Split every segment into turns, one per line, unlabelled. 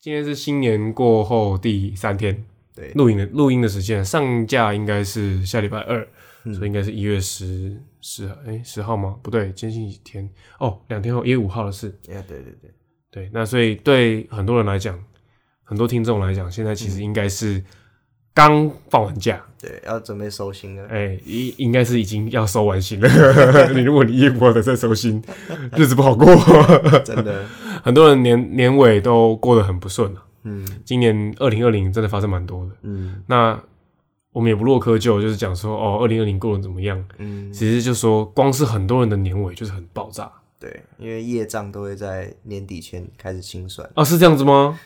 今天是新年过后第三天，
对，
录影的录音的时间上架应该是下礼拜二，
嗯
所以应该是一月十十哎十号吗？不对，今天星期天哦，两天后一月五号的事。
哎，对对对，
对，那所以对很多人来讲，很多听众来讲，现在其实应该
嗯
是刚放完假，
对，要准备收心了。
哎、应应该是已经要收完心了。 你如果你一波的在收心，日子不好过。
真的，
很多人年年尾都过得很不顺啊。
嗯
今年二零二零真的发生蛮多的。
嗯
那我们也不落窠臼，就是讲说哦，二零二零过得怎么样？
嗯，
其实就说光是很多人的年尾就是很爆炸
对，因为业障都会在年底前开始清算，
啊，是这样子吗？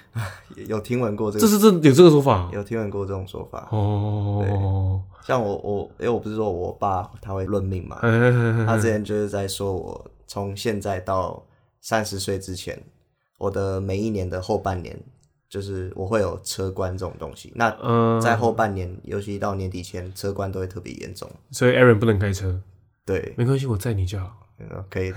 有有听闻过这
这
个，
是这有这个说法啊
有听闻过这种说法。
哦？
像我我，因为我不是说我爸他会论命嘛，
嗯
他之前就是在说我从现在到三十岁之前，我的每一年的后半年，就是我会有车关这种东西。那
嗯，
在后半年，尤其到年底前，车关都会特别严重。
所以 Aaron 不能开车，
对，
没关系，我载你就好。
嗯可以。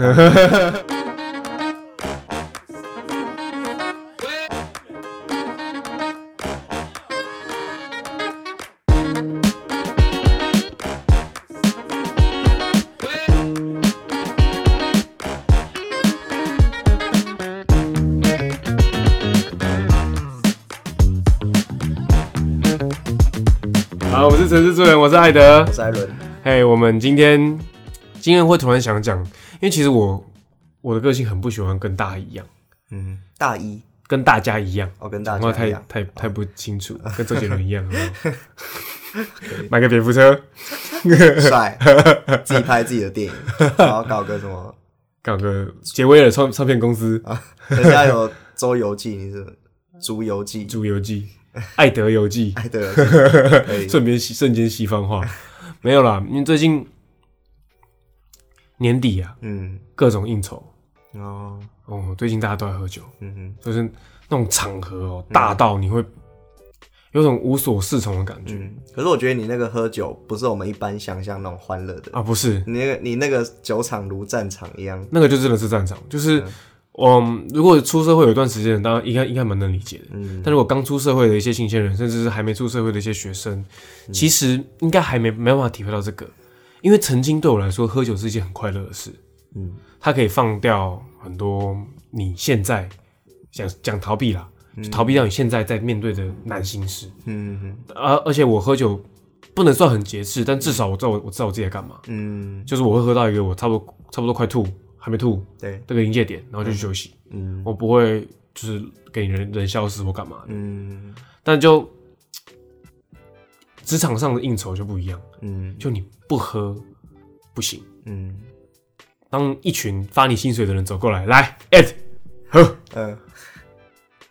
好，我是城市助人，我是艾德。
塞伦，
嘿我们今天今天会突然想讲，因为其实我我的个性很不喜欢跟大家一样，
嗯，大一，
跟大家一样。
我、哦跟大
讲话
家一
太
样，
太太不清楚， 跟周杰伦一样，好不好买个蝙蝠车，
帅， 自己拍自己的电影，然后搞个什么？
搞个杰威尔唱唱片公司
人家有周游记，你是足游记，
《猪游记》《爱德游记
哎，对了，可以》，
顺便西 瞬间西方化，没有啦，因为最近年底啊，
嗯，
各种应酬
哦，
哦，最近大家都在喝酒，
嗯哼，
就是那种场合哦，
嗯
大到你会有种无所适从的感觉
嗯，可是我觉得你那个喝酒不是我们一般想象那种欢乐的，
啊，不是，
你那个你那个酒场如战场一样，
那个就真的是战场，就是，嗯，如果出社会有一段时间，当然应该应该蛮能理解的。
嗯
但如果刚出社会的一些新鲜人，甚至是还没出社会的一些学生，
嗯
其实应该还没没办法体会到这个，因为曾经对我来说，喝酒是一件很快乐的事，
嗯
它可以放掉很多你现在想讲逃避啦，就逃避掉你现在在面对的难心事。
嗯
而、而且我喝酒不能算很节制，但至少我知道我我知道我自己在干嘛，
嗯，
就是我会喝到一个我差不多差不多快吐还没吐
对，
这个临界点，然后就去休息，
嗯
我不会就是给人人消失或干嘛的。
嗯
但就职场上的应酬就不一样，
嗯
就你不喝不行。
嗯
当一群发你薪水的人走过来，来 at 喝，
嗯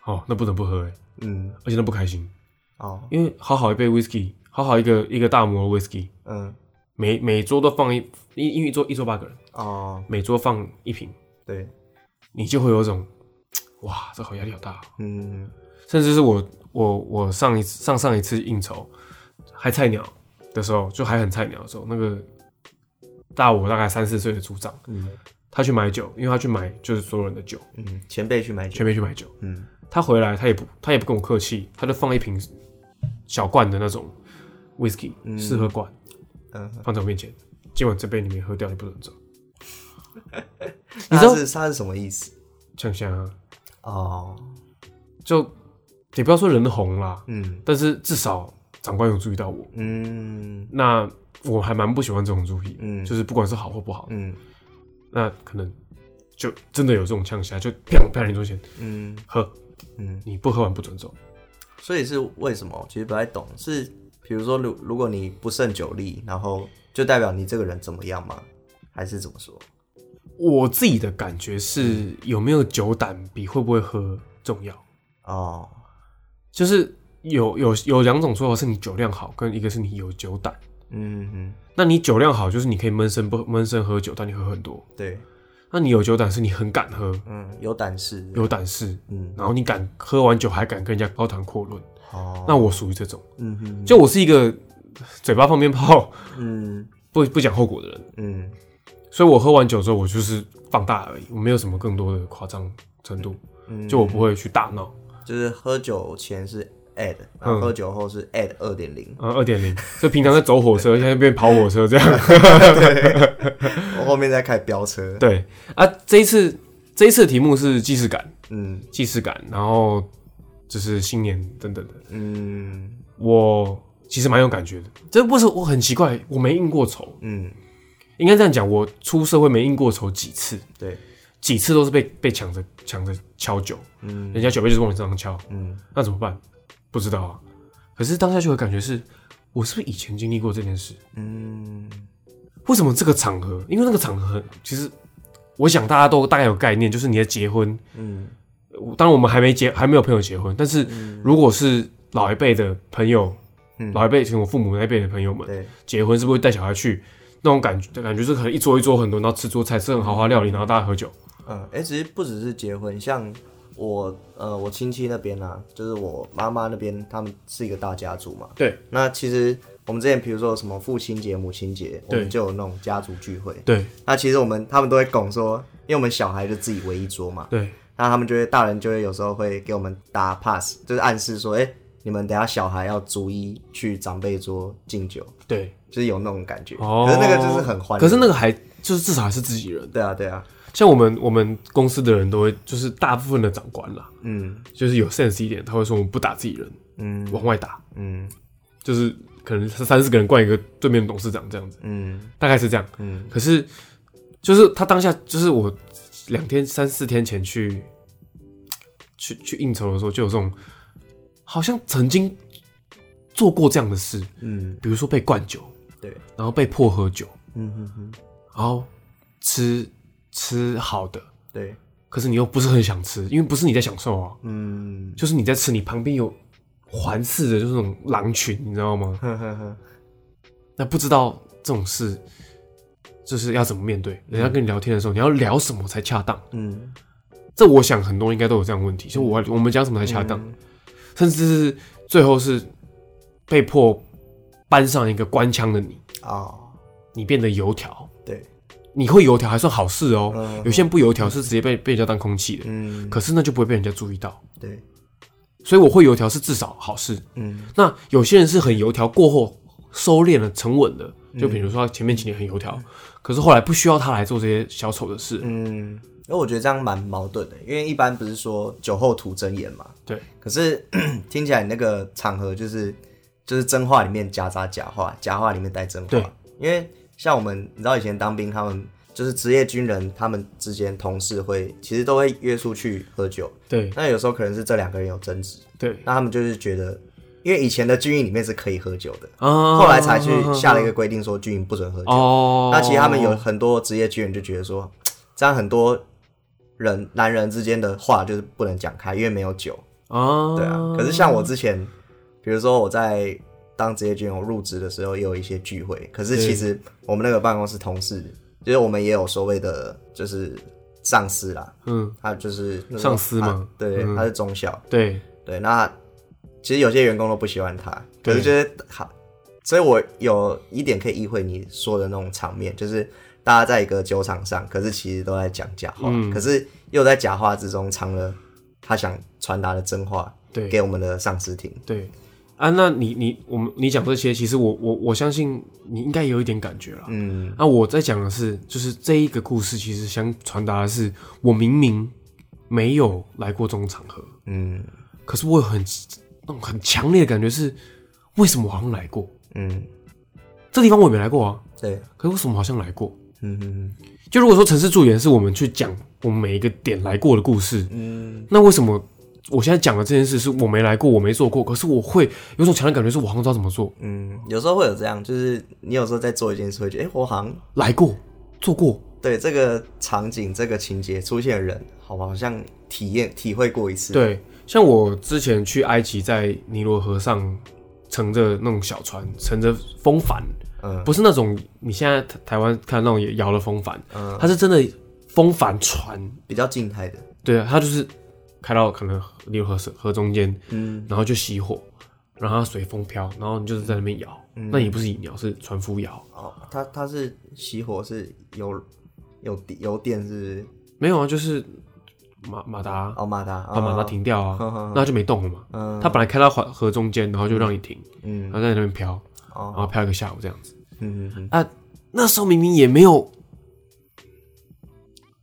哦，那不能不喝哎，
嗯，
而且那不开心，
哦，
因为好好一杯 whisky，好好一个一个大摩 whisky，
嗯
每每桌都放一一因为一桌一桌八个人，
哦，
每桌放一瓶，
对，
你就会有一种哇，这好压力好大哦、
嗯
甚至是我我我上一次上上一次应酬还菜鸟的时候，就还很菜鸟的时候，那个大我大概三四岁的组长，
嗯
他去买酒，因为他去买就是所有人的酒，
嗯，前辈去买酒，
全面去买酒。
嗯
他回来他也不他也不跟我客气，他就放一瓶小罐的那种 whisky 试喝罐
嗯，
放在我面前，今晚这杯你没喝掉，你不准走。 你知
他
道
是他是什么意思？
像像啊，
哦，
就也不要说人红啦，
嗯
但是至少长官有注意到我。
嗯
那我还蛮不喜欢这种主意，
嗯
就是不管是好或不好，
嗯
那可能就真的有这种呛下，就砰砰你桌前
嗯
喝，
嗯，
你不喝完不准走。
所以是为什么？其实不太懂，是比如说，如如果你不胜酒力，然后就代表你这个人怎么样吗？还是怎么说？
我自己的感觉
嗯
是，有没有酒胆比会不会喝重要。
哦，
就是有有有两种说法，是你酒量好，跟一个是你有酒胆。
嗯嗯，
那你酒量好，就是你可以闷声不闷声喝酒，但你喝很多。
对，
那你有酒胆是你很敢喝，
嗯，有胆识，
有胆识，
嗯，
然后你敢喝完酒还敢跟人家高谈阔论。
哦，
那我属于这种。
嗯哼，
就我是一个嘴巴放鞭炮，
嗯
不不讲后果的人，
嗯
所以我喝完酒之后，我就是放大而已，我没有什么更多的夸张程度，
嗯，
就我不会去大闹，
就是喝酒前是 add，然
嗯
后喝酒后是 add 二点零。
嗯，二点零，所以平常在走火 车，现在变跑火车这样。
我后面再开飙车。
对啊，这一次这一次的题目是既视感，
嗯
既视感，然后就是新年等等的，
嗯
我其实蛮有感觉的。这为什么我很奇怪，我没应过酬，
嗯，
应该这样讲，我出社会没应过酬几次，
对，
几次都是被被抢着抢着敲酒，
嗯
人家酒杯就是往你身上敲，
嗯
那怎么办？不知道啊。可是当下就有感觉是，我是不是以前经历过这件事？
嗯
为什么这个场合？因为那个场合其实，我想大家都大概有概念，就是你的结婚。
嗯
我当然我们还没结，还没有朋友结婚，但是如果是老一辈的朋友，
嗯
老一辈像我父母那一辈的朋友们
对，
结婚，是不是会带小孩去？那种感觉，感觉是可能一桌一桌很多，然后吃桌菜，吃很豪华料理，然后大家喝酒。
嗯，哎、其实不只是结婚，像我呃我亲戚那边啊，就是我妈妈那边，他们是一个大家族嘛。
对。
那其实我们之前比如说什么父亲节、母亲节，我
对
们就有那种家族聚会。
对
那其实我们他们都会拱说，因为我们小孩就自己围一桌嘛，
对，
那他们就会大人就会有时候会给我们打 pass，就是暗示说，哎、你们等一下小孩要逐一去长辈桌敬酒，
对，
就是有那种感觉。
哦
可是那个就是很欢乐。
可是那个还就是至少还是自己人。
对啊对啊，
像我们我们公司的人都会，就是大部分的长官啦，
嗯
就是有 sense 一点，他会说我们不打自己人，
嗯
往外打，
嗯
就是可能是三四个人灌一个对面的董事长这样子，
嗯
大概是这样。
嗯
可是就是他当下就是我两天三四天前去去去应酬的时候，就有这种好像曾经做过这样的事，
嗯，
比如说被灌酒，
对，
然后被迫喝酒，
嗯嗯嗯，
然后吃吃好的，
对，
可是你又不是很想吃，因为不是你在享受啊，
嗯，
就是你在吃，你旁边有环视的就是那种狼群，你知道吗？
呵呵呵，
那不知道这种事就是要怎么面对，人家跟你聊天的时候，你要聊什么才恰当？
嗯，
这我想很多应该都有这样的问题，就我我们讲什么才恰当，
嗯
甚至是最后是被迫搬上一个官腔的你，
哦，
你变得油条，
对，
你会油条还算好事哦，
嗯
有些人不油条是直接被被人家当空气的，
嗯，
可是那就不会被人家注意到，
对，
所以我会油条是至少好事。
嗯
那有些人是很油条，过后收敛了、沉稳了，
嗯
就比如说他前面几年很油条，可是后来不需要他来做这些小丑的事。
嗯，因为我觉得这样蛮矛盾的，因为一般不是说酒后吐真言嘛，
对，
可是 听起来你那个场合就是就是真话里面夹杂假话，假话里面带真
对
话。因为像我们，你知道以前当兵，他们就是职业军人，他们之间同事会其实都会约出去喝酒。
对
那有时候可能是这两个人有争执，
对
那他们就是觉得，因为以前的军营里面是可以喝酒的，
啊
后来才去下了一个规定说军营不准喝酒。
哦。
那其实他们有很多职业军人就觉得说，这样很多人男人之间的话就是不能讲开，因为没有酒。
啊，
对啊，可是像我之前，比如说我在当职业军人我入职的时候，也有一些聚会。可是其实我们那个办公室同事，就是我们也有所谓的就是上司啦，
嗯，
他就是那种
上司嘛
他对，
嗯
他是中校，
对
对。那其实有些员工都不喜欢他，可
对
是就是他，所以我有一点可以意会你说的那种场面，就是。大家在一个酒场上，可是其实都在讲假话，
嗯
可是又在假话之中藏了他想传达的真话，
对
给我们的上司听。
对啊，那你你我们你讲这些，其实我我我相信你应该有一点感觉了。
嗯
那我在讲的是，就是这一个故事其实想传达的是，我明明没有来过这种场合，
嗯
可是我有很那种很强烈的感觉是，为什么我好像来过？
嗯，
这地方我也没来过啊，
对，
可是为什么好像来过？
嗯嗯
就如果说城市助演是我们去讲我们每一个点来过的故事，
嗯
那为什么我现在讲的这件事是我没来过，我没做过，可是我会有种强烈感觉是我好像知道怎么做，
嗯，有时候会有这样，就是你有时候在做一件事，会觉得，哎、我好像
来过，做过，
对这个场景、这个情节出现的人，好好像体验、体会过一次。，
对，像我之前去埃及，在尼罗河上乘着那种小船，乘着风帆，
嗯
不是那种你现在台台湾看那种也摇了风帆，
嗯
它是真的风帆船，
比较静态的，
对，它就是开到可能尼罗河水河中间，
嗯
然后就熄火，然后它随风飘，然后你就是在那边摇，
嗯
那也不是引摇，是船夫摇，
哦，它它是熄火是有有有电是
没有啊，就是马马达
哦，马达，
把马达
哦，
停掉
呵
啊
呵，
那就没动了嘛。
嗯，
他本来开到河河中间，然后就让你停，然
嗯，
后在那边飘，然
哦，
后飘一个下午这样子。
嗯嗯嗯，
啊，嗯那时候明明也没有，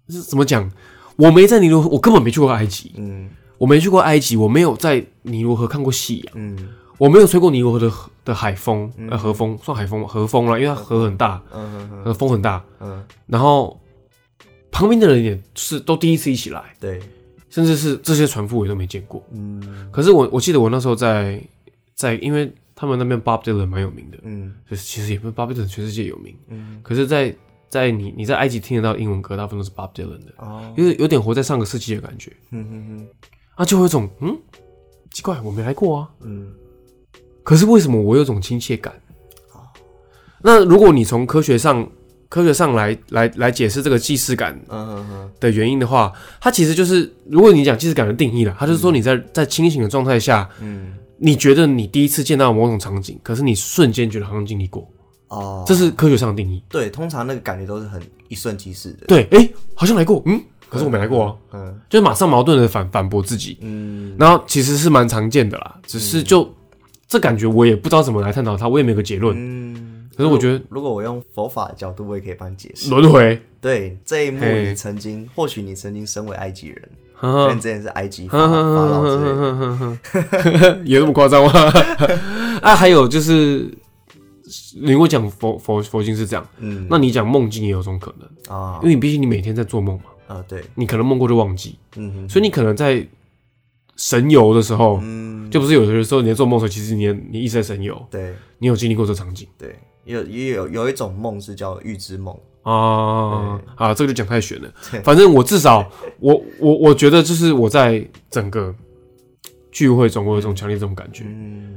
是怎么讲？我没在尼罗河，我根本没去过埃及，
嗯
我没去过埃及，我没有在尼罗河看过夕阳，
嗯
我没有吹过尼罗河的的海风，呃，和风算海风吗和风了，因为它河很大，
嗯
呃，风很大，
嗯，
然后旁边的人也是都第一次一起来，
对，
甚至是这些船夫也都没见过。
嗯
可是我我记得我那时候在在，因为他们那边 Bob Dylan 蛮有名的，
嗯
就是其实也不是 Bob Dylan 全世界有名，
嗯，
可是在，在你你在埃及听得到英文歌，大部分都是 Bob Dylan 的，
哦，
有点有点活在上个世纪的感觉，
嗯嗯
啊，就会有一种嗯，奇怪，我没来过啊，
嗯
可是为什么我有种亲切感？
哦
那如果你从科学上科学上来来来解释这个既视感
嗯嗯
的原因的话，它其实就是如果你讲既视感的定义了，它就是说你在在清醒的状态下，
嗯，
你觉得你第一次见到某种场景，可是你瞬间觉得好像经历过，
哦，
这是科学上的定义。
对，通常那个感觉都是很一瞬即逝的，
对，诶，好像来过，嗯，可是我没来过啊，
嗯
就是马上矛盾的反反驳自己，
嗯
然后其实是蛮常见的啦，只是就、这感觉我也不知道怎么来探讨它，我也没有个结论。
嗯，
可是我觉得
如果我用佛法的角度，我也可以帮你解释。
轮回，
对这一幕，
嘿嗯
你曾经或许你曾经身为埃及人，
哈
因
哈
为你之前是埃及法
哈
法老
嗯
之类的，
哈哈 哈有那么夸张吗？ 啊，还有就是，你跟我讲佛佛佛经是这样，
嗯
那你讲梦境也有这种可能，
啊
因为你毕竟你每天在做梦嘛，
啊对，
你可能梦过就忘记，
嗯
所以你可能在神游的时候，
嗯
就不是有的时候你在做梦的时候，其实你你一直在神游，
对
你有经历过这场景。
对，有也有有一种梦是叫预知梦，哦
啊啊，这个就讲太玄了。反正我至少，我我我觉得就是我在整个聚会中，我有一种强烈这种感觉。
嗯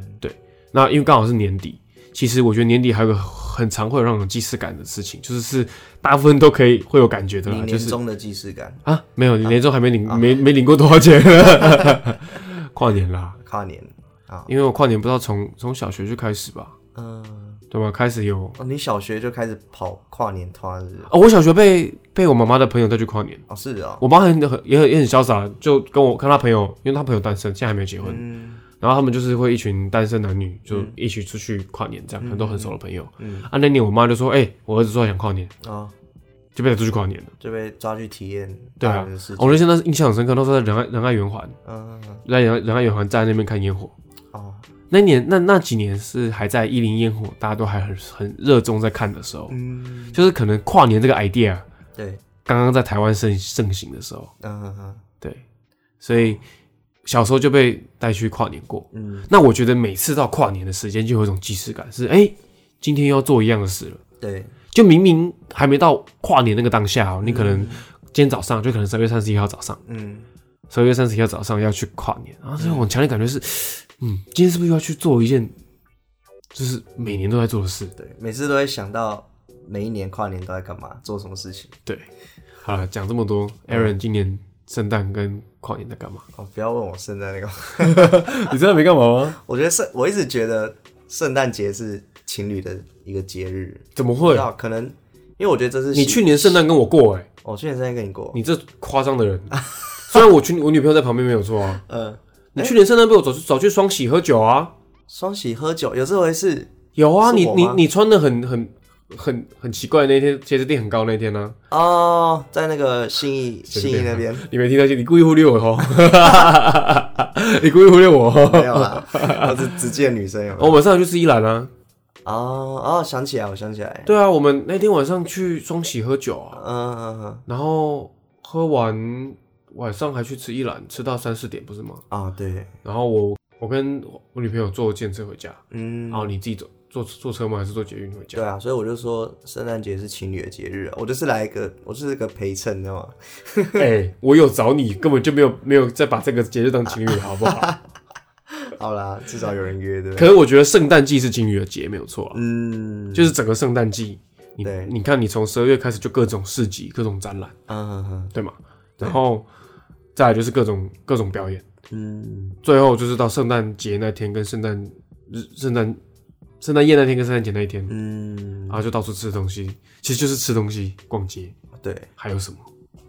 那因为刚好是年底，其实我觉得年底还有个很常会有让人既视感的事情，就是是大部分都可以会有感觉的
你
啦，
年
啊就是
终的既视感，
啊，没有，年终还没领， 没没领过多少钱， 跨年啦，
跨年啊，
因为我跨年不知道从从小学就开始吧，
嗯、
对吧？开始有
哦，你小学就开始跑跨年团日
啊，我小学被被我妈妈的朋友带去跨年。
哦，是哦，
我妈很很也很也很潇洒，就跟我跟她朋友，因为她朋友单身，现在还没有结婚，
嗯
然后他们就是会一群单身男女就一起出去跨年，这样、很多很熟的朋友。
嗯
啊，那年我妈就说：“哎、我儿子说想跨年，
哦，
就被他出去跨年了。
就被抓去体验
对啊
大人的世界，
我就现在印象很深刻，那时候在仁爱仁爱圆环，
嗯、
在仁爱仁爱圆环站在那边看烟火。
哦，
那年那那几年是还在一零烟火，大家都还很很热衷在看的时候，
嗯，
就是可能跨年这个 idea
对，
刚刚在台湾盛盛行的时候，
嗯嗯
对，所以小时候就被带去跨年过。
嗯，
那我觉得每次到跨年的时间，就有一种既视感，是哎、今天又要做一样的事了。
对，
就明明还没到跨年那个当下、哦，你可能今天早上就可能十二月三十一号早上，
嗯
十二月三十一号早上要去跨年，然后这种强烈感觉是，嗯，今天是不是又要去做一件，就是每年都在做的事？
对，每次都会想到每一年跨年都在干嘛，做什么事情。
对，嗯好了，讲这么多，Aaron 今年圣诞跟跨年在干嘛？
哦，不要问我圣诞那个，
你真的没干嘛吗？
我觉得圣，我一直觉得圣诞节是情侣的一个节日，
怎么
不
会
知？道可能因为我觉得这是
你
习
去年圣诞跟我过、哎，
我去年圣诞跟你过，
你这夸张的 人。虽然我去我女朋友在旁边没有错啊，
呃，
你去年圣诞被我走去走去双喜喝酒啊？
双喜喝酒有这回事，
有啊，
是
你
我
你
吗
你穿的很很很很奇怪那天，鞋子垫很高那天啊呢、
哦，在那个信义信义那 边
你没听到？你故意忽略我哦， 你故意忽略我
没
哦。
有啦，我只只记得女生有 没有。
我晚上去吃一兰啊，
哦哦，想起来，我想起来，
对啊，我们那天晚上去双喜喝酒啊，
嗯嗯嗯
然后喝完晚上还去吃一兰，吃到三四点不是吗？
啊，对，
然后我我跟我女朋友坐电车回家，
嗯
然，后你自己走坐坐车吗？还是坐捷运回家
对？啊，所以我就说圣诞节是情侣的节日啊，我就是来一个，我就是个陪衬，你知道吗？
哎、我有找你，根本就没有没有再把这个节日当情侣 了，好不好？
好啦，至少有人约，对不对？
可是我觉得圣诞季是情侣的节，没有错啊。
嗯，
就是整个圣诞季，你
对
你看，你从十二月开始就各种市集、各种展览，
嗯嗯
对吗？然后再来就是各种各种表演，
嗯，
最后就是到圣诞节那天跟圣诞日、圣诞圣诞夜那天跟圣诞节那一天，
嗯，
然后就到处吃东西，其实就是吃东西、逛街，
嗯对，
还有什么？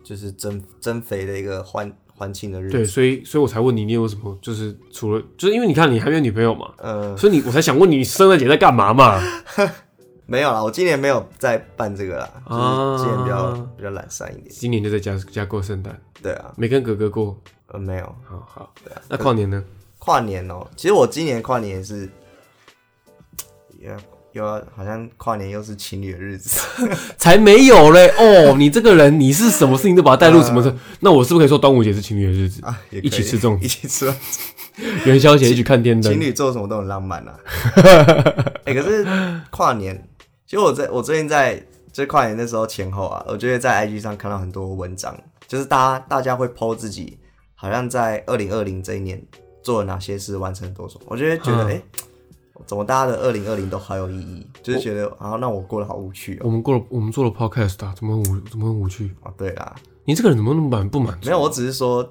就是增增肥的一个欢欢庆的日
对，
子。
所以所以我才问你，你有什么就是除了就是因为你看你还没有女朋友嘛，
呃，
所以你我才想问你圣诞节在干嘛嘛？
没有啦，我今年没有再办这个啦，就
啊
是今年比较比较懒散一点。
今年就在家家过圣诞，
对啊，
没跟哥哥过。
呃，没有
好好，那跨年呢？
跨年哦、其实我今年跨年也是，也又要好像跨年又是情侣的日子。
才没有嘞！哦，你这个人，你是什么事情都把它带入什么事？那我是不是可以说端午节是情侣的日子，
啊，也可以
一起吃粽子
一起吃粽子
元宵节一起看天
情
灯？
侣做什么都很浪漫啊。 哎、可是跨年，其实我在我最近在就是跨年那时候前后啊，我就会在 IG 上看到很多文章，就是大家大家会 PO 自己好像在二零二零这一年做了哪些事，完成多少，我就会觉得
嗯
哎、诶怎么大家的二零二零都好有意义？就是觉得啊，那我过得好无趣哦。
我们过了，我们做了 podcast 啊，怎么很无怎么很无趣？
哦，对啦，
你这个人怎么那么满不满足？
没有，我只是说，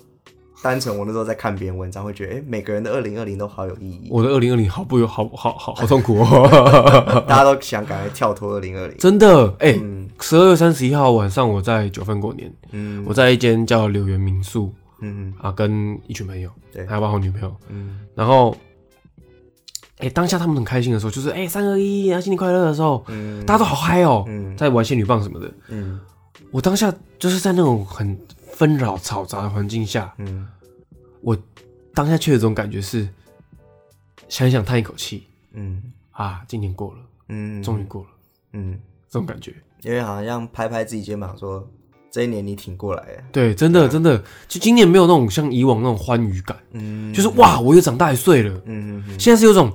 单纯我那时候在看别人文章，会觉得哎、诶每个人的二零二零都好有意义，
我的二零二零好不有好好好好痛苦 哦，
大家都想赶快跳脱二零二零。
真的哎！十二月三十一号晚上，我在九份过年，
嗯
我在一间叫柳园民宿
嗯
啊，跟一群朋友，
对
还有包括我女朋友，
嗯
然后，哎、当下他们很开心的时候，就是哎三二一，然后新年快乐的时候，
嗯
大家都好嗨哦、
嗯
在玩仙女棒什么的。
嗯
我当下就是在那种很纷扰嘈杂的环境下，
嗯，
我当下确实有种感觉是，想一想叹一口气
嗯
啊，今年过了，
嗯，
终于过了，
嗯，
这种感觉。
因为好像拍拍自己肩膀说，这一年你挺过来的，
对，真
啊
的真的，就今年没有那种像以往那种欢愉感，
嗯，
就是哇，我又长大一岁了。
嗯嗯
现在是有种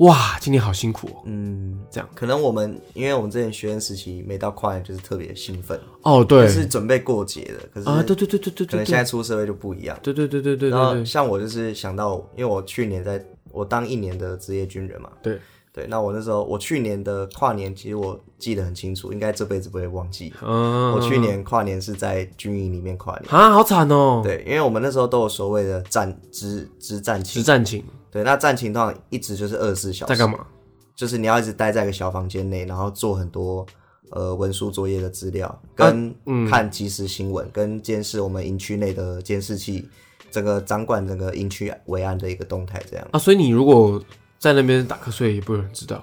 哇，今年好辛苦哦、
嗯，
这样
可能我们因为我们之前学生时期每到跨年就是特别兴奋，
哦，对
嗯是准备过节的，可是
啊，对对对对对
可
对对
能现在出社会就不一样。
对对对对对对
然后
对
像我就是想到，因为我去年在我当一年的职业军人嘛，
对，
对，那我那时候我去年的跨年其实我记得很清楚，应该这辈子不会忘记。
嗯，
我去年跨年是在军营里面跨年，
啊，好惨哦，
对，因为我们那时候都有所谓的战之之战
实
情，
战情
对，那战情通常一直就是二十四小
在
时，
干嘛？
就是你要一直待在一个小房间内，然后做很多呃文书作业的资
啊
料，跟
嗯
看即时新闻，跟监视我们营区内的监视器，整个掌管整个营区维安的一个动态这样。
啊，所以你如果在那边打瞌睡，也不会有人知道。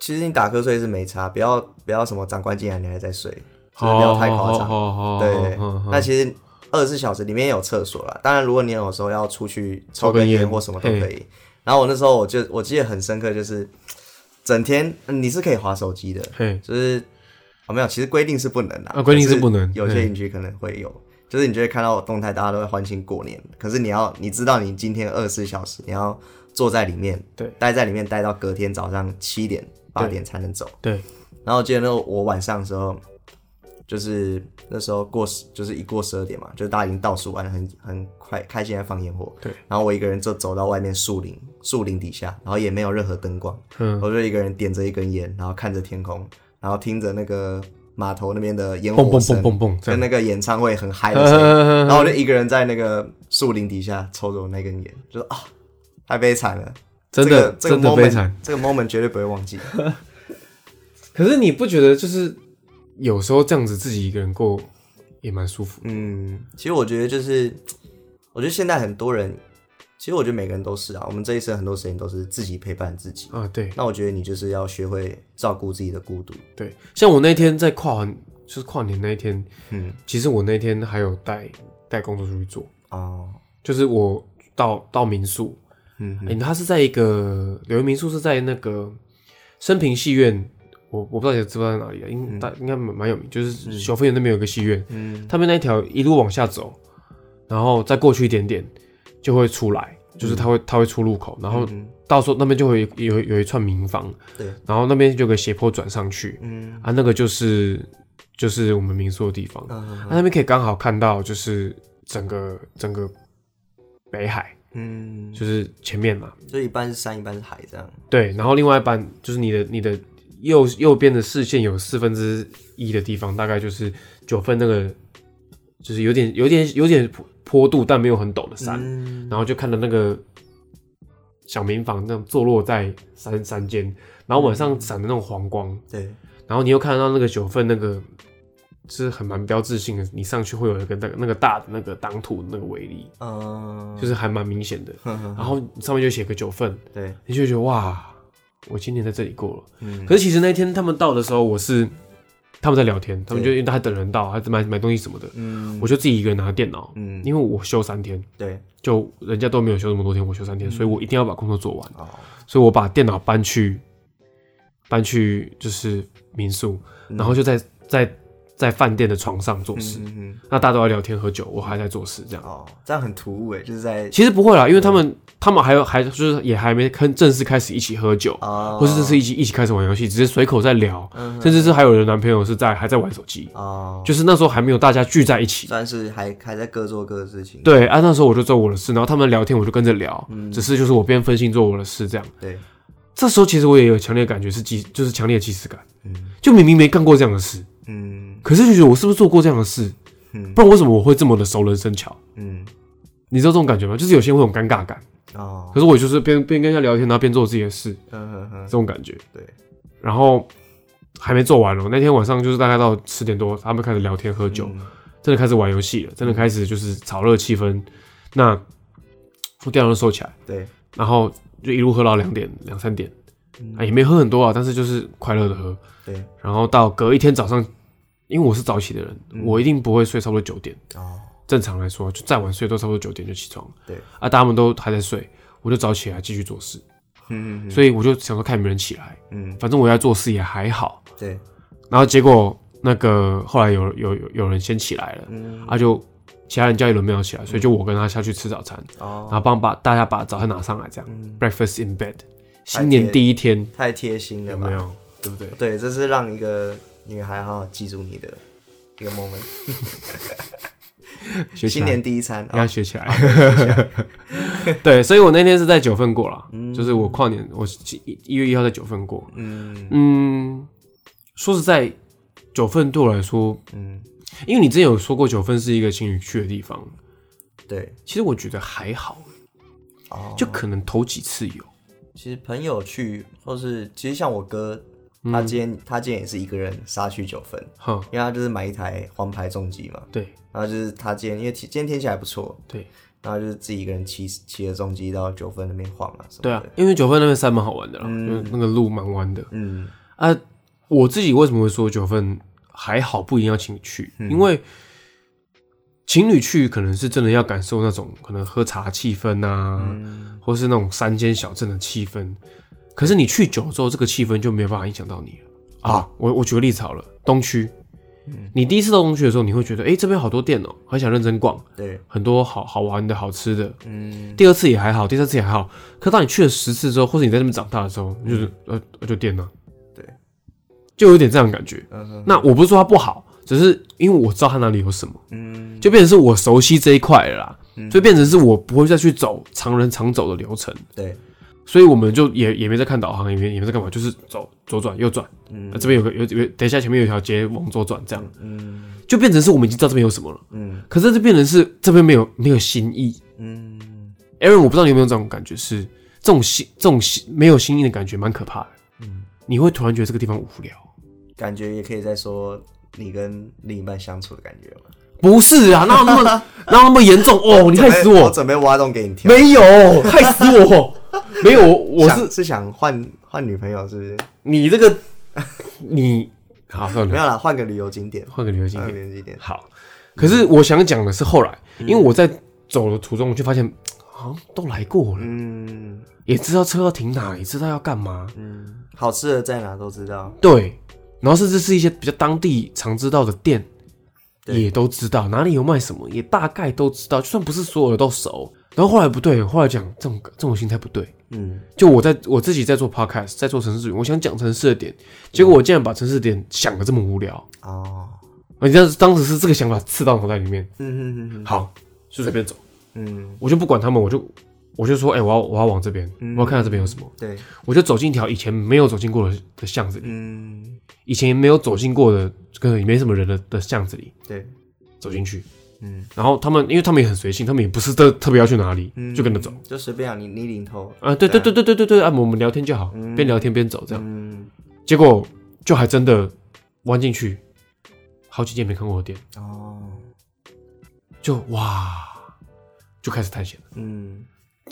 其实你打瞌睡是没差，不要不要什么长官进来你还在睡，就是
好
不要
好
太夸
好
张。
好好，
对
好好，
那其实二十四小时里面也有厕所啦。当然，如果你有时候要出去抽
抽
根
根烟
烟或什么都可以。然后我那时候我就我记得很深刻，就是整天嗯你是可以划手机的，
嘿，
就是哦没有，其实规定是不能啦，
啊规定是
可
不能
有些
嘿
邻居可能会有。就是你就会看到我动态，大家都会欢庆过年。可是你要，你知道你今天二十四小时，你要坐在里面，
对，
待在里面待到隔天早上七点八点才能走。
对，
然后我记得那时候我晚上的时候，就是那时候过十，就是一过十二点嘛，就是大家已经倒数完了，很很快开心在放烟火。
对。
然后我一个人就走到外面树林，树林底下，然后也没有任何灯光，
嗯，
我就一个人点着一根烟，然后看着天空，然后听着那个码头那边的烟
蹦
火
蹦
声
蹦，蹦蹦这样，
跟那个演唱会很 嗨的声音。
然
然后我就一个人在那个树林底下抽着我那根烟，就说啊，太悲惨了。
真的
这个、
真
这
的
个
悲
moment
惨。
这个 moment 绝对不会忘记。
可是你不觉得就是有时候这样子自己一个人过也蛮舒服？
嗯，其实我觉得就是，我觉得现在很多人，其实我觉得每个人都是啊，我们这一生很多时间都是自己陪伴自己。
啊，对
那我觉得你就是要学会照顾自己的孤独。
对，像我那天在跨完就是跨年那一天，
嗯，
其实我那天还有带带工作出去做，
哦，
就是我到到民宿，
嗯
哎、他是在一个柳园民宿是在那个升平戏院，我我不知道你知不知道在哪里啊，应大、应该蛮蛮有名，就是小飞园那边有个戏院，
嗯
他们那一条一路往下走，然后再过去一点点就会出来，就是它会它会出入口，然后
嗯
到时候那边就会有有有一串民房，
对，
然后那边就有个斜坡转上去
嗯
啊，那个就是就是我们民宿的地方，啊、
嗯
那边可以刚好看到就是整个整个北海，
嗯，
就是前面嘛。
就一半是山，一半是海这样。
对，然后另外一半就是你的你的右右边的视线有四分之一的地方，大概就是九分那个，就是有点有点有点坡坡度，但没有很陡的山，
嗯
然后就看到那个小民房那样坐落在山山间，然后晚上闪的那种黄光，
对，
然后你又看到那个九份那个是很蛮标志性的，你上去会有一个那个那个大的那个挡土的那个围篱，
嗯，
就是还蛮明显的。
呵呵
然后上面就写个九份，
对，
你就会觉得哇，我今年在这里过了。
嗯
可是其实那天他们到的时候，我是他们在聊天，他们就因
对
为他等人到，还买买东西什么的，
嗯，
我就自己一个人拿电脑，
嗯
因为我休三天，
对，
就人家都没有休那么多天，我休三
嗯
天，所以我一定要把工作做完，
哦，
所以我把电脑搬去搬去就是民宿，
嗯
然后就在在在饭店的床上做事。
嗯嗯
那大家都在聊天喝酒，我还在做事这样
嗯，。哦，这样很突兀哎，就是在
其实不会啦，因为他们、他们还有还就是也还没跟正式开始一起喝酒，
啊，
或是这是一起一起开始玩游戏，只是随口在聊，
嗯
甚至是还有人男朋友是在还在玩手机，
哦，
就是那时候还没有大家聚在一起。
算是还还在各做各的事情，
对啊，那时候我就做我的事，然后他们聊天我就跟着聊，
嗯
只是就是我边分心做我的事这样。
对，
这时候其实我也有强烈的感觉是即就是强烈的既视感，
嗯
就明明没干过这样的事，
嗯
可是就觉得我是不是做过这样的事？
嗯
不然为什么我会这么的熟能生巧？
嗯，
你知道这种感觉吗？就是有些人会有尴尬感，
哦，
可是我就是边边跟人家聊天，然后边做自己的事，
嗯哼哼
这，种感觉。
对，
然后还没做完哦，那天晚上就是大概到十点多，他们开始聊天喝酒，
嗯
真的开始玩游戏了，真的开始就是炒热气氛。那我电脑就收起来，
对，
然后就一路喝到两点、两三点，
嗯
啊，也没喝很多啊，但是就是快乐的喝。
对，
然后到隔一天早上，因为我是早起的人，
嗯
我一定不会睡超过九点。
哦，
正常来说，就再晚睡都差不多九点就起床了。
对
啊，大家们都还在睡，我就早起来继续做事。
嗯嗯
所以我就想说看有没有人起来，
嗯，
反正我要做事也还好。
对，
然后结果那个后来有有有有人先起来了，
嗯
啊就其他人叫一轮没有起来，所以就我跟他下去吃早餐，然
哦，
后帮把大家把早餐拿上来，这样、
嗯
breakfast in bed，新年第一天
太贴心了
有没
吧？
有？对不对？
对，这是让一个女孩好好记住你的一个 moment。
学起
新
来
年第一餐
要
啊，
学起来。 对，所以我那天是在九份过了，就是我跨年，我一一月一号在九份过。
嗯
嗯，说实在，九份对我来说，
嗯，
因为你之前有说过九份是一个情侣去的地方，
对，
其实我觉得还好，
哦，
就可能头几次有。
其实朋友去，或是其实像我哥，他今
嗯
天、他今天也是一个人杀去九份，
哈，
因为他就是买一台黄牌重机嘛，
对
然后就是他今天因为天今天天气还不错，
对
然后就是自己一个人骑骑着重机到九份那边晃啊什么的。
对啊，因为九份那边山蛮好玩的啦，
嗯
就是那个路蛮弯的
嗯
啊。我自己为什么会说九份还好，不一定要情侣去，
嗯
因为情侣去可能是真的要感受那种可能喝茶气氛啊，
嗯，
或是那种山间小镇的气氛。可是你去久之后，这个气氛就没有办法影响到你了
哦
啊！我我举个例子好了，东区，
嗯
你第一次到东区的时候，你会觉得，哎、这边好多店哦、很想认真逛，
对，
很多好好玩的好吃的。
嗯
第二次也还好，第三次也还好。可当你去了十次之后，或者你在那边长大的时候，你就是呃就店了，
嗯对，
就有点这样的感觉。
嗯哼
那我不是说它不好，只是因为我知道它哪里有什么，
嗯
就变成是我熟悉这一块了啦，所以变成是我不会再去走常人常走的流程。
对，
所以我们就也也没在看导航，也没也没在干嘛，就是走左转右转，
嗯
啊、这边有个有有，等一下前面有一条街往左转，这样
嗯
就变成是我们已经知道这边有什么了，
嗯
可是这变成是这边没有没有新意。
嗯
Aaron，我不知道你有没有这种感觉是，这种新这种新没有新意的感觉蛮可怕的，
嗯，
你会突然觉得这个地方无聊。
感觉也可以再说你跟另一半相处的感觉吧。
不是啊，哪有 那么哪有那么严重哦？你害死
哎我
我！
准备挖洞给你跳。
没有，害死 我！没有，我我
想
是
是想换换女朋友，是不是？
你这个你好算
没
了，
有啦，换个旅游景点，
换个旅游景
换
点
个。旅游景点。
好，可是我想讲的是后来，
嗯
因为我在走的途中，我就发现好像都来过了，
嗯
也知道车要停哪里，知道要干嘛，
嗯，好吃的在哪都知道。
对，然后甚至是一些比较当地常知道的店，
对
也都知道哪里有卖什么，也大概都知道，就算不是所有的都熟。然后后来不对，后来讲这种这种心态不对。
嗯
就我在我自己在做 podcast，在做城市语言，我想讲城市的点，结果我竟然把城市点想的这么无聊。
哦，
你知道当时是这个想法刺到脑袋里面，
嗯嗯
好，就随便走。
嗯
我就不管他们，我就我就说，哎、我要我要往这边，我要看看这边有什么。
对，
我就走进一条以前没有走进过的的巷子里，
嗯
以前没有走进过的，可能也没什么人的的巷子里
对，
走进去。
嗯
然后他们，因为他们也很随性，他们也不是特特别要去哪里，就跟着走。，
嗯就随便啊，你你领头。
啊，嗯对对对对对对对，啊，我们聊天就好，嗯边聊天边走这样。
嗯
结果就还真的弯进去，好几间没看过的店，
哦，
就哇，就开始探险了。
嗯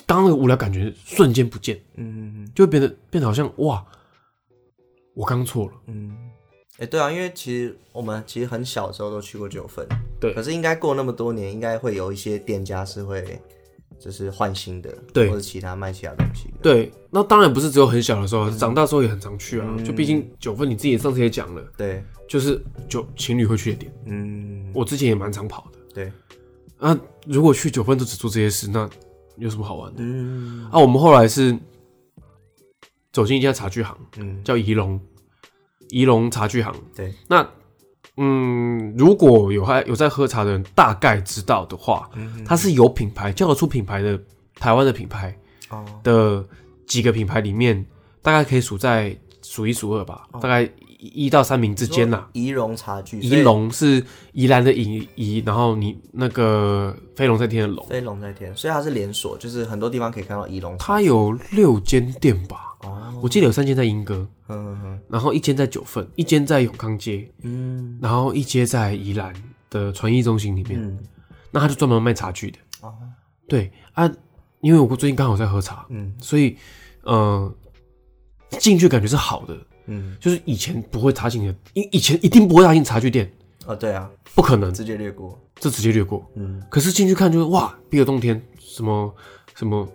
当那个无聊感觉瞬间不见，
嗯
就会变得变得好像哇，我刚错了。
嗯，哎、对啊，因为其实我们其实很小的时候都去过九份，
对
可是应该过那么多年，应该会有一些店家是会就是换新的，
对
或者其他卖其他东西的，
对，嗯那当然不是只有很小的时候，长大之后也很常去啊。就毕竟九份你自己也上次也讲了，
对，
就是就情侣会去的点，
嗯，
我之前也蛮常跑的。
对，
啊，如果去九份都只做这些事，那有什么好玩的？
嗯
啊，我们后来是走进一家茶具行，
嗯，
叫仪龙，仪龙茶具行。
对，
那嗯，如果有还有在喝茶的人，大概知道的话，
嗯
它是有品牌叫得出品牌的台湾的品牌
哦，
的几个品牌里面，大概可以数在数一数二吧，
哦
大概一一到三名之间啦。
仪容茶具，
仪龙是宜兰的宜宜，然后你那个飞龙在天的龙，
飞龙在天，所以它是连锁，就是很多地方可以看到仪容。
它有六间店吧？
哦，
我记得有三间在莺歌，
嗯
然后一间在九份，一间在永康街，
嗯
然后一间在宜兰的传艺中心里面。
嗯，
那他就专门卖茶具的。
哦，
对啊，因为我最近刚好在喝茶，
嗯
所以呃，进去感觉是好的，
嗯，
就是以前不会踏进的，以以前一定不会踏进茶具店，
哦，对啊，
不可能，
直接略过。
这直接略过。
嗯
可是进去看就是哇，别有洞天，什么什么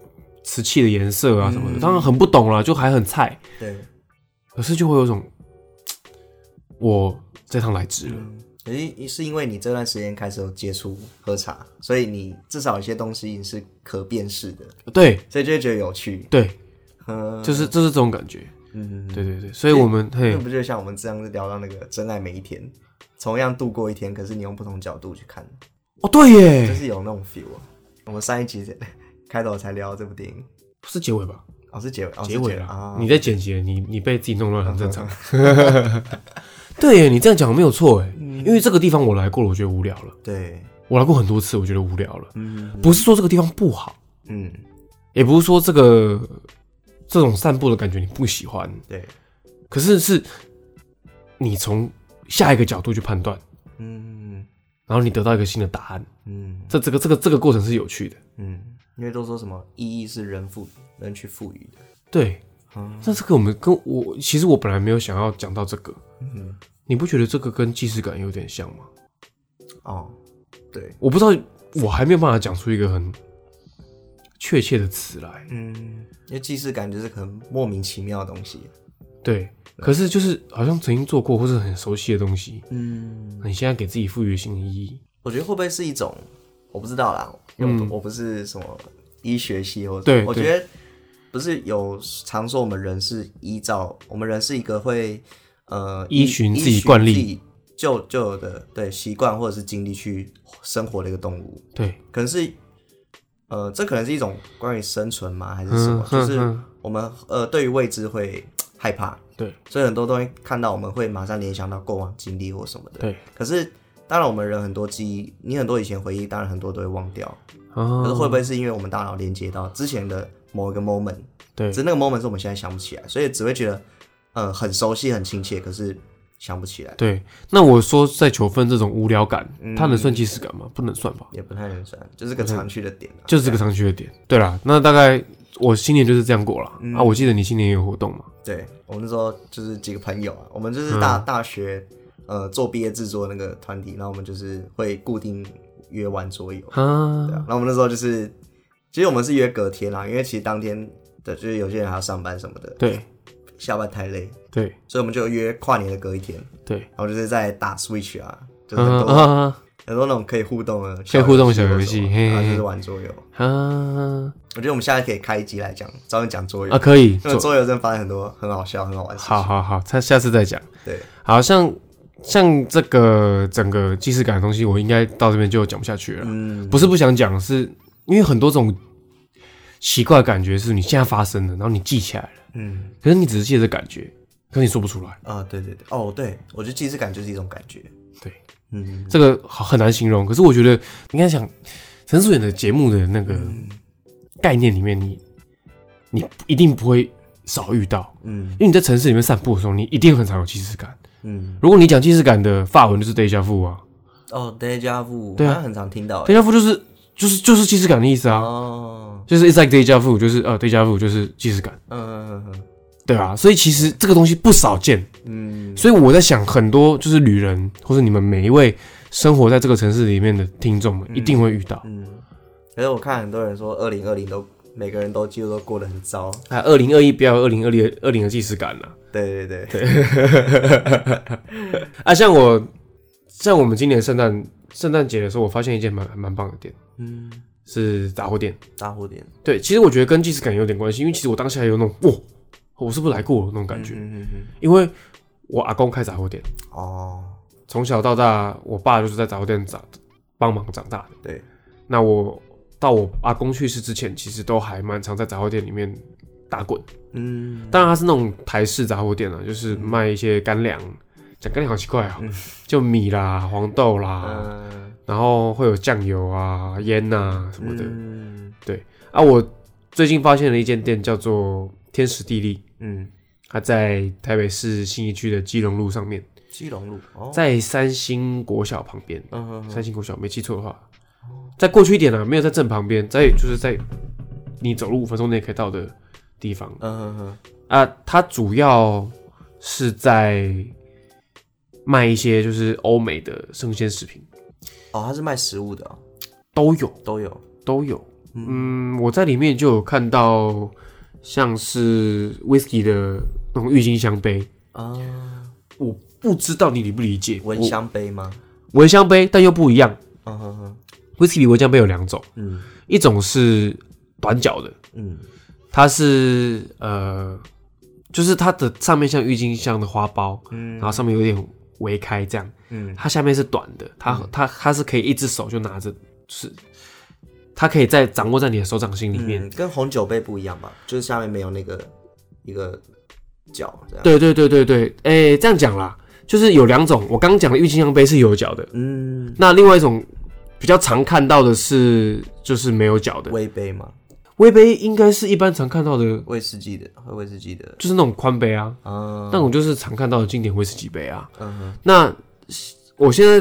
瓷器的颜色啊什么的，当然很不懂啦，就还很菜，
对，
可是就会有一种嘖我这趟来值了，
嗯，可是是因为你这段时间开始有接触喝茶，所以你至少有些东西是可辨识的，
对
所以就会觉得有趣。
对，
嗯，
就是就是这种感觉，
嗯，
对对对，所以我们嘿
那。不就像我们这样子聊到那个真爱每一天，同样度过一天，可是你用不同角度去看，
哦，对
就
耶，
是有那种 feel 啊。我们上一集开头才聊到这部电影，
是结尾吧？
哦，是结尾，哦、是
结尾
啊
啦，，你在剪辑了，你你被自己弄乱很正常。嗯 对耶，你这样讲没有错哎，因为这个地方我来过了，我觉得无聊了，
对，
我来过很多次，我觉得无聊了。
嗯
不是说这个地方不好，
嗯，
也不是说这个这种散步的感觉你不喜欢，
对，
可是是你从下一个角度去判断，
嗯
然后你得到一个新的答案，
嗯
这这个这个这个过程是有趣的。
嗯，因为都说什么意义是人赋人去赋予的，
对，
嗯
但这个我们跟我其实我本来没有想要讲到这个，
嗯，
你不觉得这个跟既视感有点像吗？
哦，对，
我不知道，我还没有办法讲出一个很确切的词来。
嗯，因为既视感就是可能莫名其妙的东西，
对，可是就是好像曾经做过或是很熟悉的东西，
嗯，
你现在给自己赋予新的意义。
我觉得会不会是一种，我不知道啦，因为我不、我不是什么医学系或者，
嗯对
我
对
觉得不是有常说我们人是依照我们人是一个会呃
依循自己惯例。
依循自己就就有的对习惯或者是经历去生活的一个动物，
对，
可能是，呃，这可能是一种关于生存吗，还是什么？
嗯哼
就是
哼
我们呃对于未知会害怕，
对，
所以很多东西看到我们会马上联想到过往经历或什么的。
对，
可是当然我们人很多记忆，你很多以前回忆，当然很多都会忘掉。可是
啊，
会不会是因为我们大脑连接到之前的某一个 moment，
对
只，是那个 moment 是我们现在想不起来，所以只会觉得呃很熟悉、很亲切，可是想不起来，
对。那我说在求分这种无聊感，
嗯
它能算既视感吗？不能算吧，
也不太能算，就是个常去的点、啊。
就是这个常去的点。对啦，那大概我新年就是这样过了
嗯
啊。我记得你新年也有活动嘛？
对，我们那时候就是几个朋友啊，我们就是
嗯
大、大学呃做毕业制作那个团体，然后我们就是会固定约玩桌游，对
啊，
啊，然后我们那时候就是，其实我们是约隔天啊啦，因为其实当天的就是有些人还要上班什么的，
对
下班太累，
对
所以我们就约跨年的隔一天，
对，
然后就是在打 Switch 啊，就是很
啊
多、
啊
很多那种可以互动的
可以互动小游
游
戏
戏或什么
嘿嘿
然后就
嘿
是玩桌游。
啊
我觉得我们下次可以开一集来讲，专门讲桌游
啊，，可以
因为
做。
桌游真的发生很多很好笑、很好玩的事情。
好好好，下下次再讲。
对，
好像像这个整个既视感的东西，我应该到这边就讲不下去了。
嗯，
不是不想讲，是因为很多种奇怪的感觉是你现在发生的，然后你记起来了，
嗯。
可是你只是记得这感觉，可是你说不出来。
啊，对对对，哦，对，我觉得既视感就是一种感觉。
对，
嗯，
这个好很难形容。可是我觉得你看想陈素远的节目的那个概念里面，你你一定不会少遇到，
嗯
因为你在城市里面散步的时候，你一定很常有既视感。
嗯，
如果你讲既视感的法文就是 deja vu 啊
哦，deja vu，
对啊
好像很常听到欸。
，deja vu 就是就是就是既视感的意思啊，
哦，
就是 it's like deja vu，就是呃 deja vu 就是既视感，
嗯嗯嗯
对啊，所以其实这个东西不少见，
嗯
所以我在想，很多就是旅人或者你们每一位生活在这个城市里面的听众们一定会遇到。
嗯。可是我看很多人说，二零二零都每个人都几乎都过得很糟。
啊，二零二一不要二零二零二零的既视感啊了
对对对，
啊！像我，像我们今年圣诞圣诞节的时候，我发现一件蛮蛮棒的店，
嗯，
是杂货店。
大蝴蝶
对，其实我觉得跟既视感有点关系，因为其实我当下有那种哇，我是不是来过那种感觉？
嗯嗯嗯
因为我阿公开杂货店，
嗯，哦，
从小到大，我爸就是在杂货店长帮忙长大的。
对，
那我到我阿公去世之前，其实都还蛮常在杂货店里面打滚。
嗯，
当然，它是那种台式杂货店啊，就是卖一些干粮。讲干粮好奇怪啊、 就米啦、黄豆啦，
嗯
然后会有酱油啊、烟呐、什么的。
嗯
啊，我最近发现了一间店，叫做天时地利，
嗯，
它在台北市信义区的基隆路上面，
基隆路哦，
在三星国小旁边。
嗯嗯嗯
三星国小，没记错的话，再过去一点啊，没有在正旁边，在就是在你走路五分钟内可以到的地方
嗯嗯
啊。它主要是在卖一些就是欧美的生鲜食品，
哦，他是卖食物的哦，
都有
都有，
都有。嗯，我在里面就有看到像是 whisky 的那种郁金香杯，
啊，
我不知道你理不理解
蚊香杯吗？
我蚊香杯，但又不一样。
嗯嗯
whisky 里蚊香杯有两种，
嗯
一种是短脚的。
嗯
它是呃，就是它的上面像郁金香的花苞，
嗯
然后上面有点围开这样，
嗯
它下面是短的，它它它是可以一只手就拿着，就是它可以在掌握在你的手掌心里面。
嗯，跟红酒杯不一样吧？就是下面没有那个一个角这样。，
对对对对对，哎、这样讲啦，就是有两种，我刚刚讲的郁金香杯是有脚的，
嗯，
那另外一种比较常看到的是就是没有脚的，
微杯嘛，
微杯应该是一般常看到的，
威士忌的，喝威士忌的
就是那种宽杯啊，
啊，
那种就是常看到的经典威士忌杯啊。
嗯哼，
那我现在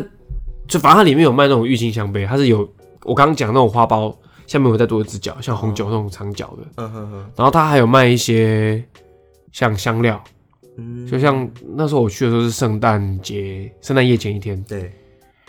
就反正它里面有卖那种郁金香杯，它是有我刚刚讲那种花苞下面有再多一只脚，像红酒那种长脚的。
嗯哼哼，
然后它还有卖一些像香料，
嗯，
就像那时候我去的时候是圣诞节，圣诞夜前一天，
对，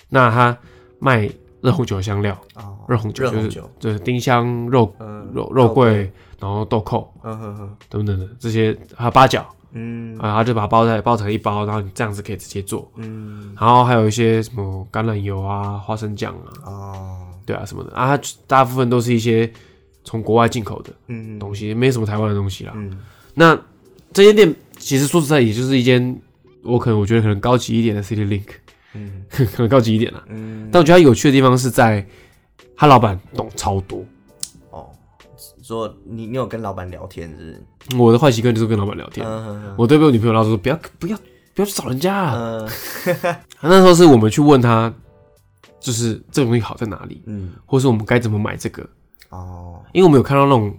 那它卖热红酒的香料，
哦，
热红酒
热
就
红
是
酒，
就是丁香、肉
嗯，
肉肉，桂，然后豆蔻
嗯哼哼，
等等等这些，还有八角
嗯
啊，它就把它包在包成一包，然后你这样子可以直接做。
嗯，
然后还有一些什么橄榄油啊、花生酱啊，
哦，
对啊什么的啊，它大部分都是一些从国外进口的
嗯
东西，没什么台湾的东西啦。
嗯
那这间店其实说实在，也就是一间我可能我觉得可能高级一点的 City Link，
嗯
可能高级一点啦。
嗯，
但我觉得它有趣的地方是在他老板懂超多，
哦，说你你有跟老板聊天是不是？
我的坏习惯就是跟老板聊天，
嗯哼哼，
我对被我女朋友拉住说不要不要不要去找人家、啊。
嗯
他那时候是我们去问他，就是这个东西好在哪里，
嗯，
或是我们该怎么买这个。
哦，
因为我们有看到那种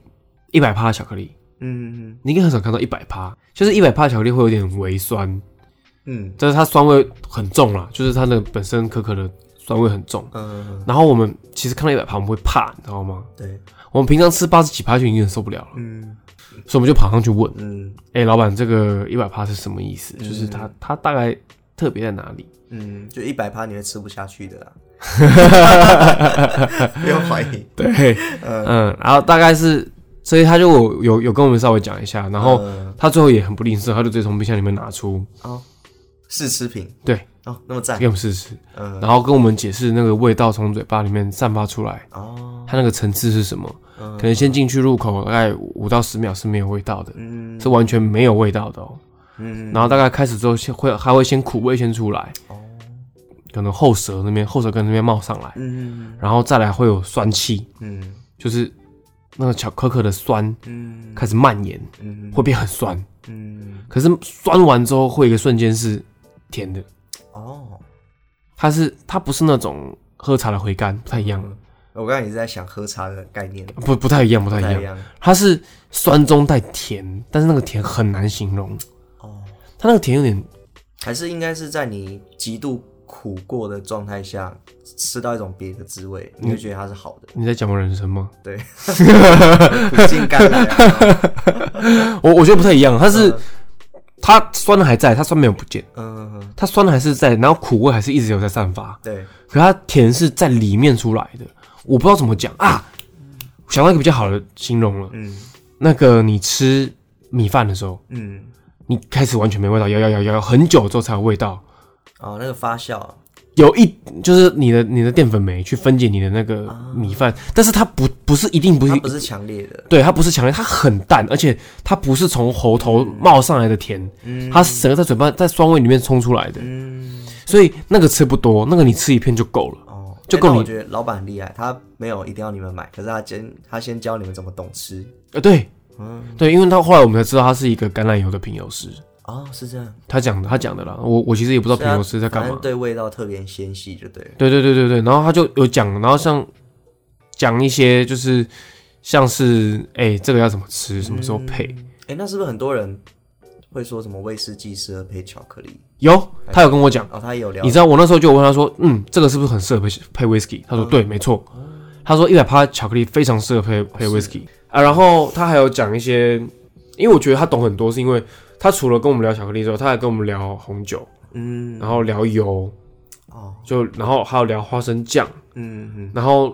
一百帕巧克力，
嗯
你应该很少看到一百帕，就是一百帕巧克力会有点微酸，
嗯
但是它酸味很重啦，就是它的本身可可的酸味很重。
嗯，
然后我们其实看到一百帕，我们会怕，你知道吗？
对，
我们平常吃八十几帕就已经很受不了了，
嗯
所以我们就跑上去问，
嗯
哎、老板，这个一百帕是什么意思？就是它它大概特别在哪里？
嗯，就一百趴你会吃不下去 的啦，不用怀疑。
对，嗯，然后大概是，所以他就有有有跟我们稍微讲一下，然后
嗯
他最后也很不吝啬，他就直接从冰箱里面拿出
哦，试吃品
对
哦，那么赞
给，我们试吃。
嗯
然后跟我们解释那个味道从嘴巴里面散发出来，
哦，
它那个层次是什么？
嗯
可能先进去入口大概五到十秒是没有味道的，
嗯
是完全没有味道的哦。
嗯
然后大概开始之后先会还会先苦味先出来，
哦
可能后舌那边后舌根那边冒上来，
嗯
然后再来会有酸气，
嗯
就是那个巧可可的酸
嗯
开始蔓延，
嗯
会变很酸。
嗯
可是酸完之后会有一个瞬间是甜的，
哦，
它是它不是那种喝茶的回甘，不太一样了，
我刚才也是在想喝茶的概念，
不不太一样，不太
嗯不
一
太
样
一。样
它是酸中带甜，但是那个甜很难形容，
哦，
它那个甜有点
还是应该是在你极度苦过的状态下，吃到一种别的滋味，你就觉得它是 好的，
你在讲我人生吗？
对，苦尽甘来啊。
我我觉得不太一样，它是、它酸的还在，它酸没有不见，
嗯，
它酸的还是在，然后苦味还是一直有在散发，
对，
可它甜是在里面出来的，我不知道怎么讲啊。想到一个比较好的形容了，
嗯
那个你吃米饭的时候，
嗯，
你开始完全没味道，摇摇摇摇摇很久之后才有味道，
哦，那个发酵啊，
有一就是你的你的淀粉酶去分解你的那个米饭，但是它不不是一定不是
啊它不是强烈的，
对，它不是强烈，它很淡，而且它不是从喉头冒上来的甜，它是整个在嘴巴在酸味里面冲出来的，
嗯，
所以那个吃不多，那个你吃一片就够了。
哦，
就
欸
够
那
你
我觉得老板很厉害，他没有一定要你们买，可是他先他先教你们怎么懂吃。
呃，对，
嗯，
对，因为到后来我们才知道他是一个橄榄油的品油师，
哦，是这样。
他讲的他讲的啦，我我其实也不知道
所
品
以它
油师在干
啊反
嘛
正。对味道特别纤细，就对了。
对对对对对，然后他就有讲，然后像讲一些就是像是哎、这个要怎么吃，什么时候配，
哎、那是不是很多人会说什么威士忌适合配巧克力？
有他有跟我讲。
哦，他也有聊
你，知道我那时候就有问他说，嗯，这个是不是很适合配配 whisky？他说
嗯
对，没错。他说一百趴巧克力非常适合
哦
配配 whisky 啊。然后他还有讲一些，因为我觉得他懂很多，是因为他除了跟我们聊巧克力之后，他还跟我们聊红酒，
嗯，
然后聊油，
哦，
就然后还有聊花生酱，
嗯嗯，
然后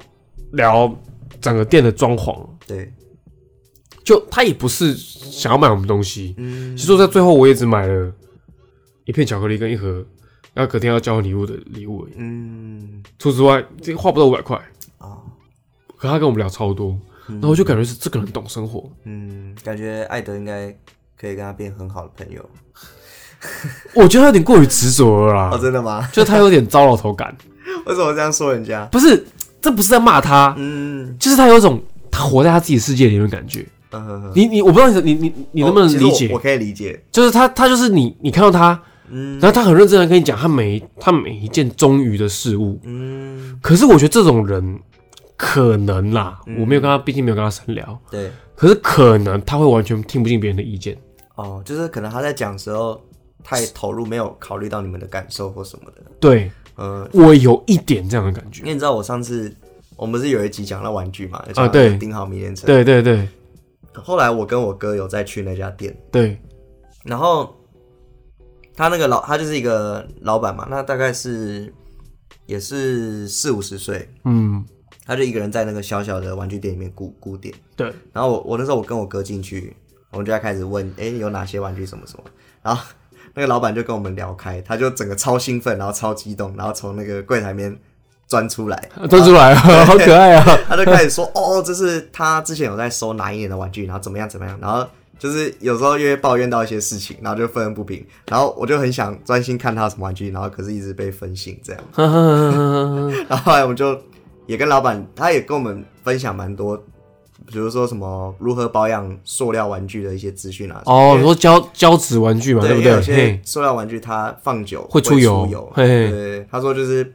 聊整个店的装潢。
对，
就他也不是想要买我们东西，
嗯
其实我在最后我也只买了一片巧克力跟一盒要隔天要交换礼物的礼物而已。
嗯，
除此之外，这花不到五百块。
哦，
可他跟我们聊超多，然后我就感觉是这个人懂生活。
嗯，感觉艾德应该可以跟他变很好的朋友。
我觉得他有点过于执着了
哦，
啦，
真的吗？
就他有点糟老头感。
为什么这样说人家？
不是，这不是在骂他，
嗯，
就是他有一种他活在他自己世界里面的感觉。
呃，
你你我不知道你你你你能不能
哦其实
理
我
解
我，可以理解。
就是他他就是你你看到他，
嗯
然后他很认真的跟你讲他每一他每一件忠于的事物。
嗯，
可是我觉得这种人可能啦，我没有跟他，毕竟没有跟他深聊，
对，
可是可能他会完全听不进别人的意见。
哦，就是可能他在讲的时候太投入，没有考虑到你们的感受或什么的。
对
嗯、
我有一点这样的感觉
因。为你知道我上次我们不是有一集讲到玩具嘛？
啊对
顶好迷恋城。
对对对
后来我跟我哥有再去那家店，
对，
然后他那个老他就是一个老板嘛，那大概是也是四五十岁，
嗯，
他就一个人在那个小小的玩具店里面顾顾店。
对，
然后我我那时候我跟我哥进去，我们就在开始问，哎、有哪些玩具什么什么，然后那个老板就跟我们聊开，他就整个超兴奋，然后超激动，然后从那个柜台面钻出来，
钻出来了，好可爱啊！
他就开始说，哦，这是他之前有在收哪一年的玩具，然后怎么样怎么样，然后就是有时候因为抱怨到一些事情，然后就愤愤不平，然后我就很想专心看他什么玩具，然后可是一直被分心这样，然后后来我们就也跟老板，他也跟我们分享蛮多，比如说什么如何保养塑料玩具的一些资讯啊，
哦，
因
你
为
说胶胶质玩具嘛，
对
对不
因为有
对？
些
嘿，
塑料玩具它放久
会出
出
油嘿嘿
对对对，他说就是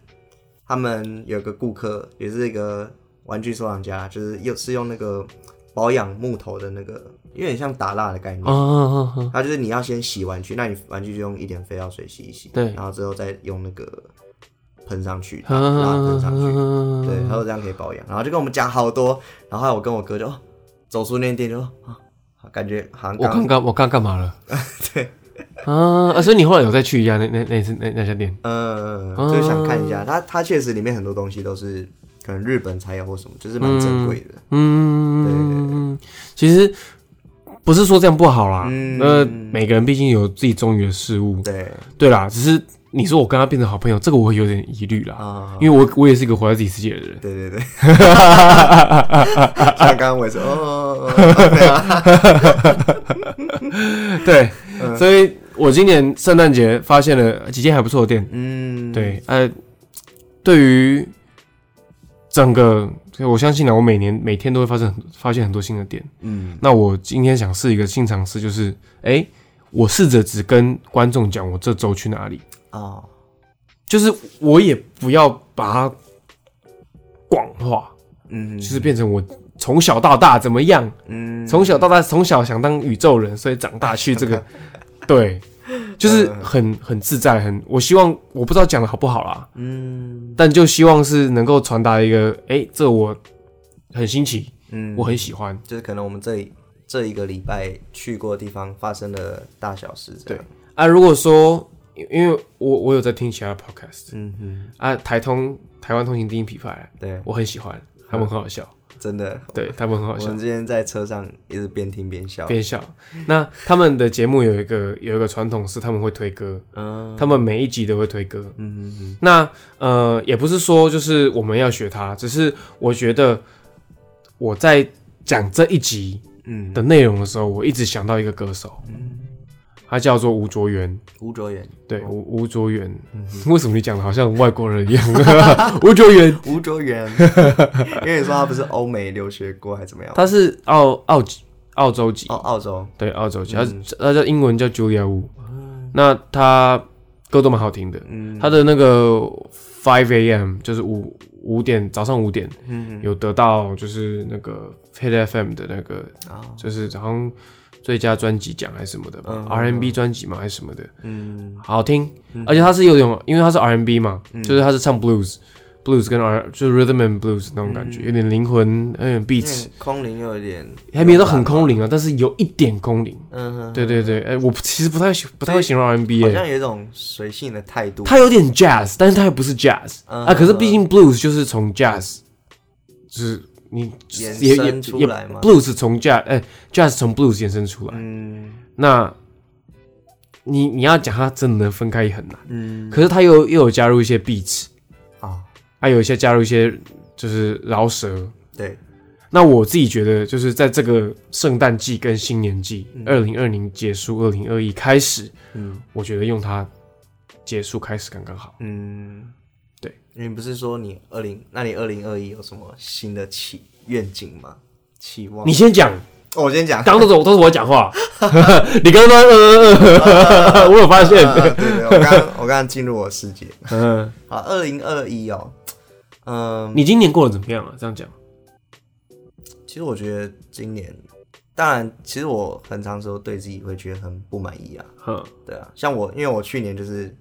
他们有个顾客也是一个玩具收藏家，就是又是用那个保养木头的那个，有点像打蜡的概念。
啊啊啊啊！
它就是你要先洗玩具，那你玩具就用一点肥皂水洗一洗，
对
然后之后再用那个喷上去，
啊
蜡喷上去，对，
对
他说这样可以保养，然后就跟我们讲好多，然后后来我跟我哥就、哦、走出那间店就哦啊，感觉好像
我
刚
刚刚我刚干嘛了？
对
啊，啊所以你后来有再去一家那那那次那那家店？
呃，就是想看一下，它它确实里面很多东西都是可能日本才有或什么，就是蛮珍贵的。
嗯，其实不是说这样不好啦，
嗯
那每个人毕竟有自己忠于的事物。
对
对啦，只是你说我跟他变成好朋友，这个我会有点疑虑啦，
啊，
因为我我也是一个活在自己世界的人。
对对对，像刚刚我也说哦，对啊，
对，
嗯
所以我今年圣诞节发现了几间还不错的店。
嗯，
对，呃，对于整个，我相信呢，啊我每年每天都会发生很发现很多新的店。
嗯，
那我今天想试一个新尝试，就是，哎、我试着只跟观众讲我这周去哪里，
哦，
就是我也不要把它广化，
嗯
就是变成我从小到大怎么样，
嗯，
从小到大，从小想当宇宙人，所以长大去这个，对，就是
嗯
很很自在，很我希望我不知道讲的好不好啦，
嗯
但就希望是能够传达一个，哎、这我很新奇，
嗯，
我很喜欢，
就是可能我们这里这一个礼拜去过的地方发生的大小事，这样，
啊。如果说因因为我我有在听其他 podcast
嗯哼，
啊，台通台湾通行第一品牌，
对，
我很喜欢，他们很好笑，
真的，
对他们很好
我
笑
们，之前在车上一直边听边笑，
边笑。那他们的节目有一个有一个传统是他们会推歌，
嗯
他们每一集都会推歌。
嗯嗯
那呃，也不是说就是我们要学他，只是我觉得我在讲这一集
嗯，
的内容的时候，我一直想到一个歌手，他叫做吴卓源。
吴卓源，
对，吴吴卓源，
嗯
为什么你讲的好像外国人一样？ 吴卓源，
吴卓源，因为你说他不是欧美留学过还怎么样？
他是澳澳澳洲籍，
哦，嗯澳洲，
对，澳洲籍，他他叫英文叫 Julia Wu，那他歌都蛮好听的，
啊嗯
他的那个 Five A.M. 就是五五点早上五点
嗯
有得到就是那个 Hit FM 的那个
啊，
就是好像最佳专辑奖还是什么的吧
嗯嗯
，R&B 专辑嘛还是什么的，
嗯
好听，而且它是有点，因为它是 R&B 嘛，
嗯
就是它是唱 blues。blues 跟 R 就是 rhythm and blues 那种感觉，有点灵魂，有点 beats，、
嗯空灵又有点，
还没有到很空灵啊，但是有一点空灵。
嗯哼，
对对对，哎、我其实不太喜不太会形容 R&B，、
好
欸、
像有一种随性的态度，
它有点 jazz，但是它又不是 jazz、
嗯
啊。可是毕竟 blues 就是从 jazz，就是你
衍
也也
生出
也
来嘛
blues 从 jazz，哎、j a z z 从 blues 衍生出来。
嗯
那你你要讲它真的能分开也很难，
嗯，
可是它又又有加入一些 beats，
啊，
还有一些加入一些就是饶舌。
对，
那我自己觉得，就是在这个圣诞季跟新年季，
嗯
二零二零结束，二零二一开始，
嗯
我觉得用它结束开始刚刚好。
嗯，
对，
你不是说你二零，那你二零二一有什么新的期愿景吗？期望？
你先讲，
哦我先讲，
刚刚都是我都是我讲话， 你刚刚说呃呃 呃，我有发现，
呃对 对，我刚刚我刚刚进入我世界。
嗯，
好，二零二一哦，嗯，
你今年过得怎么样啊？这样讲，
其实我觉得今年，当然，其实我很长时候对自己会觉得很不满意啊，
嗯
对啊，像我，因为我去年就是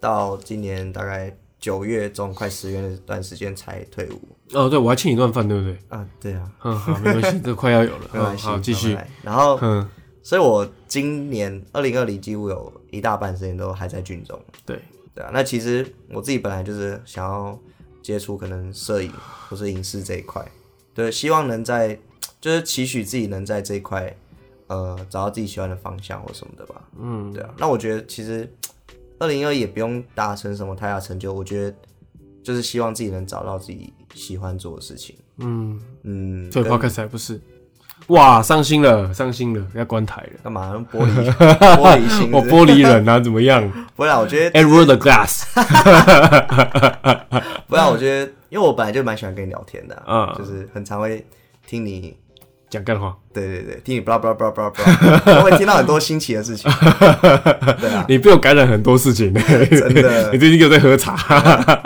到今年大概九月中快十月那段时间才退伍
哦，对，我还欠你一顿饭，对不对？
啊，对啊，
嗯，好，没关系，这快要有了，
没关
嗯，
系，
好，继
慢
续
慢，来。然后，
嗯，
所以我今年二零二零几乎有一大半时间都还在军中，
对，
对啊。那其实我自己本来就是想要接触可能摄影或是影视这一块，对，希望能在就是期许自己能在这一块呃找到自己喜欢的方向或什么的吧。
嗯，
对啊，那我觉得其实二零二也不用达成什么太大成就，我觉得就是希望自己能找到自己喜欢做的事情。
嗯，
嗯，
对
跟
，podcast 还不是，哇，伤心了，伤心了，要关台了，
干嘛用玻璃 玻璃心是不
我
是？
玻璃人啊，怎么样
不然我觉得，
？Edward the Glass，
不然我觉得，因为我本来就蛮喜欢跟你聊天的啊、
嗯
就是很常会听你。
讲干话，
对对对，听你 blah blah blah blah blah，我会听到很多新奇的事情。
哎
对啊
你被我感染很多事情，
真 的
你最近又在喝茶，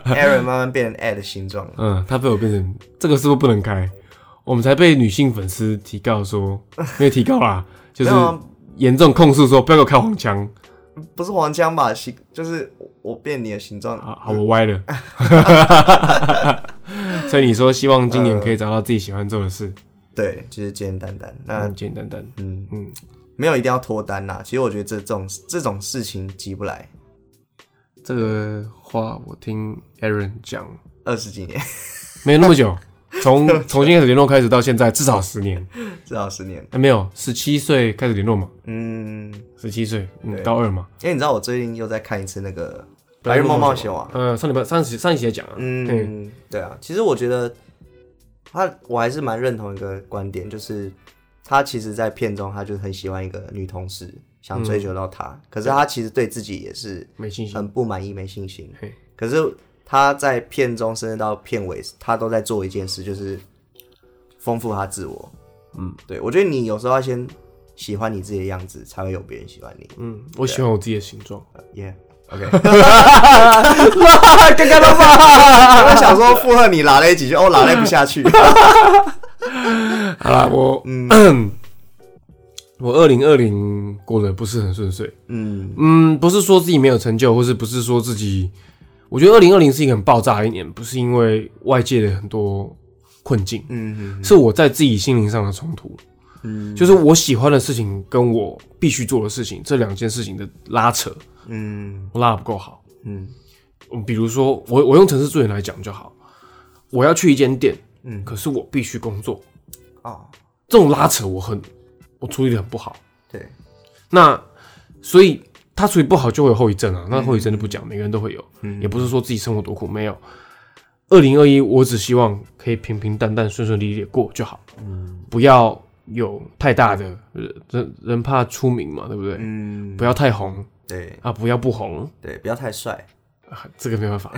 ，Aaron 慢慢变成 a 的形状了。
嗯，他被我变成这个是不是不能开？我们才被女性粉丝提告 说，没有提告啦，就是
没有啊
严重控诉说不要给我开黄 腔
不是黄腔吧？形就是我变你的形状。
啊，好，我歪了。 所以你说希望今年可以找到自己喜欢做的 事，
对，就是简简单单。那
嗯，简简单单，
嗯
嗯，
没有一定要脱单啦。其实我觉得这这种这种事情急不来，
这个话我听 Aaron 讲，
二十几年，
没有那么久，从从今天开始联络开始到现在至少十年，
至少十年。
哎，没有，十七岁开始联络嘛，
嗯，
十七岁，嗯，
对
高二嘛，
因为你知道我最近又在看一次那个《白日梦冒险王》。
呃，上礼拜上期上一期也讲啊，嗯，
嗯，对啊，其实我觉得他我还是蛮认同一个观点，就是他其实，在片中他就是很喜欢一个女同事，想追求到她，可是他其实对自己也是
没信心，
很不满意、没信心
嘿。
可是他在片中甚至到片尾，他都在做一件事，就是丰富他自我。嗯，对，我觉得你有时候要先喜欢你自己的样子，才会有别人喜欢你。
嗯，我喜欢我自己的形状，
耶、OK，
刚刚的话，
我想说附和你拉了一几句，哦，拉 了不下去。嗯
好啦，我嗯 我二零二零过得不是很顺遂，
嗯，
嗯，不是说自己没有成就，或是不是说自己，我觉得二零二零是一个很爆炸的一年，不是因为外界的很多困境，
嗯
是我在自己心灵上的冲突，
嗯
就是我喜欢的事情跟我必须做的事情这两件事情的拉扯，
嗯
我拉的不够好。
嗯
嗯，比如说我我用城市资源来讲就好，我要去一间店，
嗯
可是我必须工作，
哦，
这种拉扯我很我处理的很不好。
对，
那所以他处理不好就会有后遗症啊，那后遗症就不讲，每个人都会有，
嗯
也不是说自己生活多苦，没有。二零二一，我只希望可以平平淡淡、顺顺利利地过就好，
嗯
不要有太大的呃人人怕出名嘛，对不对？
嗯
不要太红
对
啊，不要不红，
对，不要 太帅，
啊这个没 办法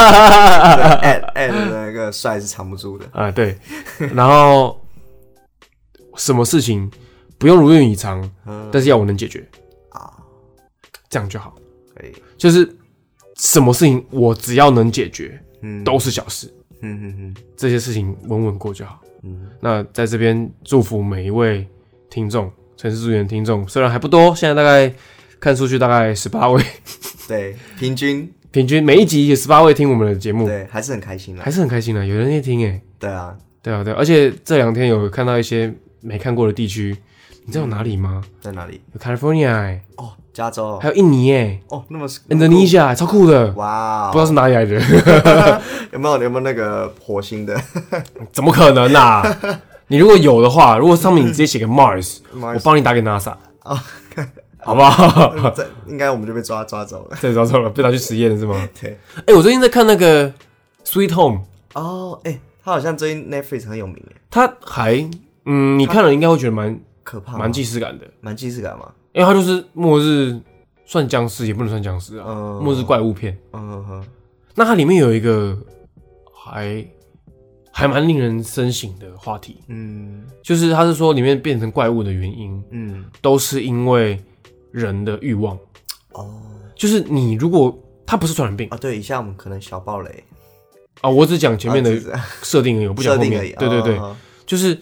艾艾的那个帅是藏不住的，
啊。对，然后什么事情不用如愿以偿，
嗯
但是要我能解决，
啊，
这样就好。
可以，
就是什么事情我只要能解决，
嗯
都是小事，
嗯嗯
这些事情稳稳过就好。
嗯
那在这边祝福每一位听众，城市资源听众，虽然还不多，现在大概看数据大概十八位，
嗯，对，平均
平均每一集有十八位听我们的节目，
对，还是很开心的
哦还，是很开心的，啊有人在听欸诶、
对啊，
对啊，对啊而且这两天有看到一些没看过的地区，你知道有哪里吗？
在哪里？
有 California，、欸、
哦，加州哦
还有印尼诶、
哦，那么是
欸、，Indonesia，、超酷的，
哇
不知道
哦，
是哪里来的。
有没有有没有那个火星的？
怎么可能 呐、你如果有的话，如果上面你直接写个 Mars，
Mars 哦
我帮你打给 NASA 好不好？
这应该我们就被抓抓走了。
这遭受了，被拿去实验是吗？
对，
哎、我最近在看那个《Sweet Home》，
哦，哎，他好像最近 Netflix 很有名哎，
它还嗯，你看了应该会觉得蛮
可怕吗，
蛮既视感的，
蛮既视感嘛。
因为它就是末日，算僵尸也不能算僵尸啊，
嗯
末日怪物片。
嗯哼，
那它里面有一个还还蛮令人深省的话题，
嗯
就是它是说里面变成怪物的原因
嗯，
都是因为人的欲望。
哦
就是你如果它不是传染病
啊，对，以下我们可能小暴雷，
啊，我只讲前面的
啊只是
设定而已，我不讲
设
后
定
面
而已。。
对对对，
哦，
就是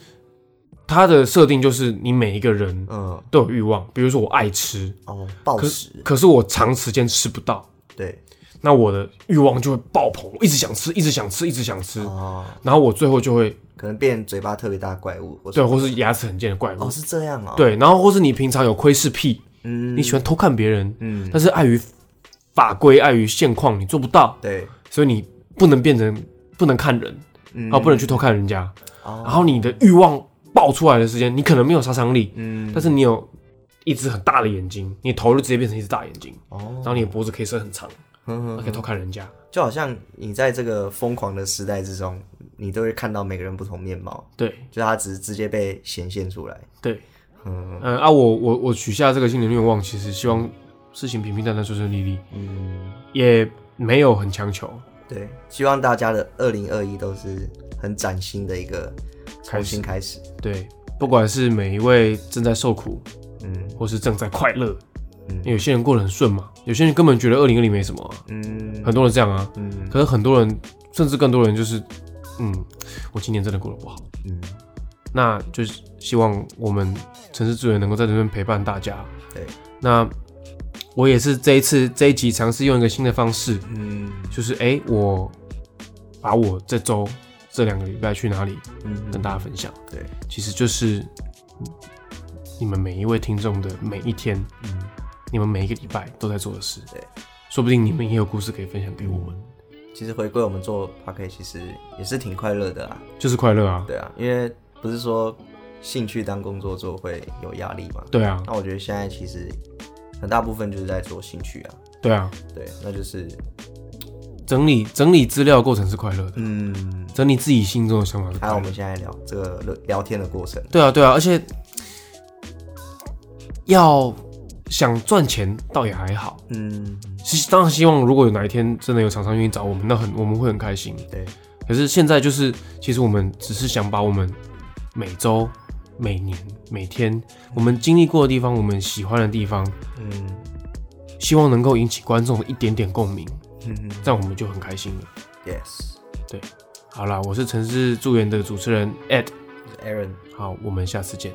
它的设定就是你每一个人
嗯，
都有欲望，比如说我爱吃，
哦，暴
可
食，
可是我长时间吃不到，
对，
那我的欲望就会爆棚，我一直想吃，一直想吃，一直想吃，
哦，
然后我最后就会
可能变嘴巴特别大的怪物，或者
对，或是牙齿很尖的怪
哦
物，
是这样哦，，
对，然后或是你平常有窥视癖，
嗯
你喜欢偷看别人，
嗯，
但是碍于法规，碍于现况，你做不到，
对，
所以你不能变成不能看人，
嗯
啊，不能去偷看人家。然
哦，
后你的欲望爆出来的时间，你可能没有杀伤力，
嗯，
但是你有一只很大的眼睛，你头就直接变成一只大眼睛，
哦
然，后你的脖子可以伸很长，
嗯哼
可以偷看人家。
就好像你在这个疯狂的时代之中，你都会看到每个人不同面貌，
对
就是他只是直接被显现出来。
对，
嗯
嗯啊，我我我许下这个新年愿望，其实希望事情平平淡淡、顺顺利利，
嗯，
也没有很强求。
对，希望大家的二零二一都是很崭新的一个重新开始。
对，不管是每一位正在受苦，
嗯
或是正在快乐，因为
嗯
有些人过得很顺嘛，有些人根本觉得二零二零没什么、啊，
嗯
很多人这样啊。
嗯
可是很多人，甚至更多人就是，嗯，我今年真的过得不好。
嗯，
那就是希望我们城市资源能够在这边陪伴大家。
对，
那我也是这一次这一集尝试用一个新的方式，
嗯
就是哎、诶我把我这周这两个礼拜去哪里
嗯
跟大家分享。
对，
其实就是嗯你们每一位听众的每一天，
嗯
你们每一个礼拜都在做的事。
对，
说不定你们也有故事可以分享给我们，
其实回归我们做 p a c k e 其实也是挺快乐的啊。
就是快乐啊。
对啊，因为不是说兴趣当工作做会有压力嘛。
对啊，
那我觉得现在其实很大部分就是在做兴趣啊。
对啊，
对，那就是
整理整理资料的过程是快乐的，
嗯，
整理自己心中的想法是快乐
还有
的
我们现在聊这个聊聊天的过程，
对啊，对啊，而且要想赚钱倒也还好，
嗯，
是当然希望如果有哪一天真的有厂商愿意找我们，那很我们会很开心。
对，
可是现在就是，其实我们只是想把我们每周、每年、每天我们经历过的地方，我们喜欢的地方，
嗯
希望能够引起观众一点点共鸣，
嗯
这样我们就很开心了。
，yes，
好啦，我是城市助缘的主持人 at，
Aaron，
好，我们下次见，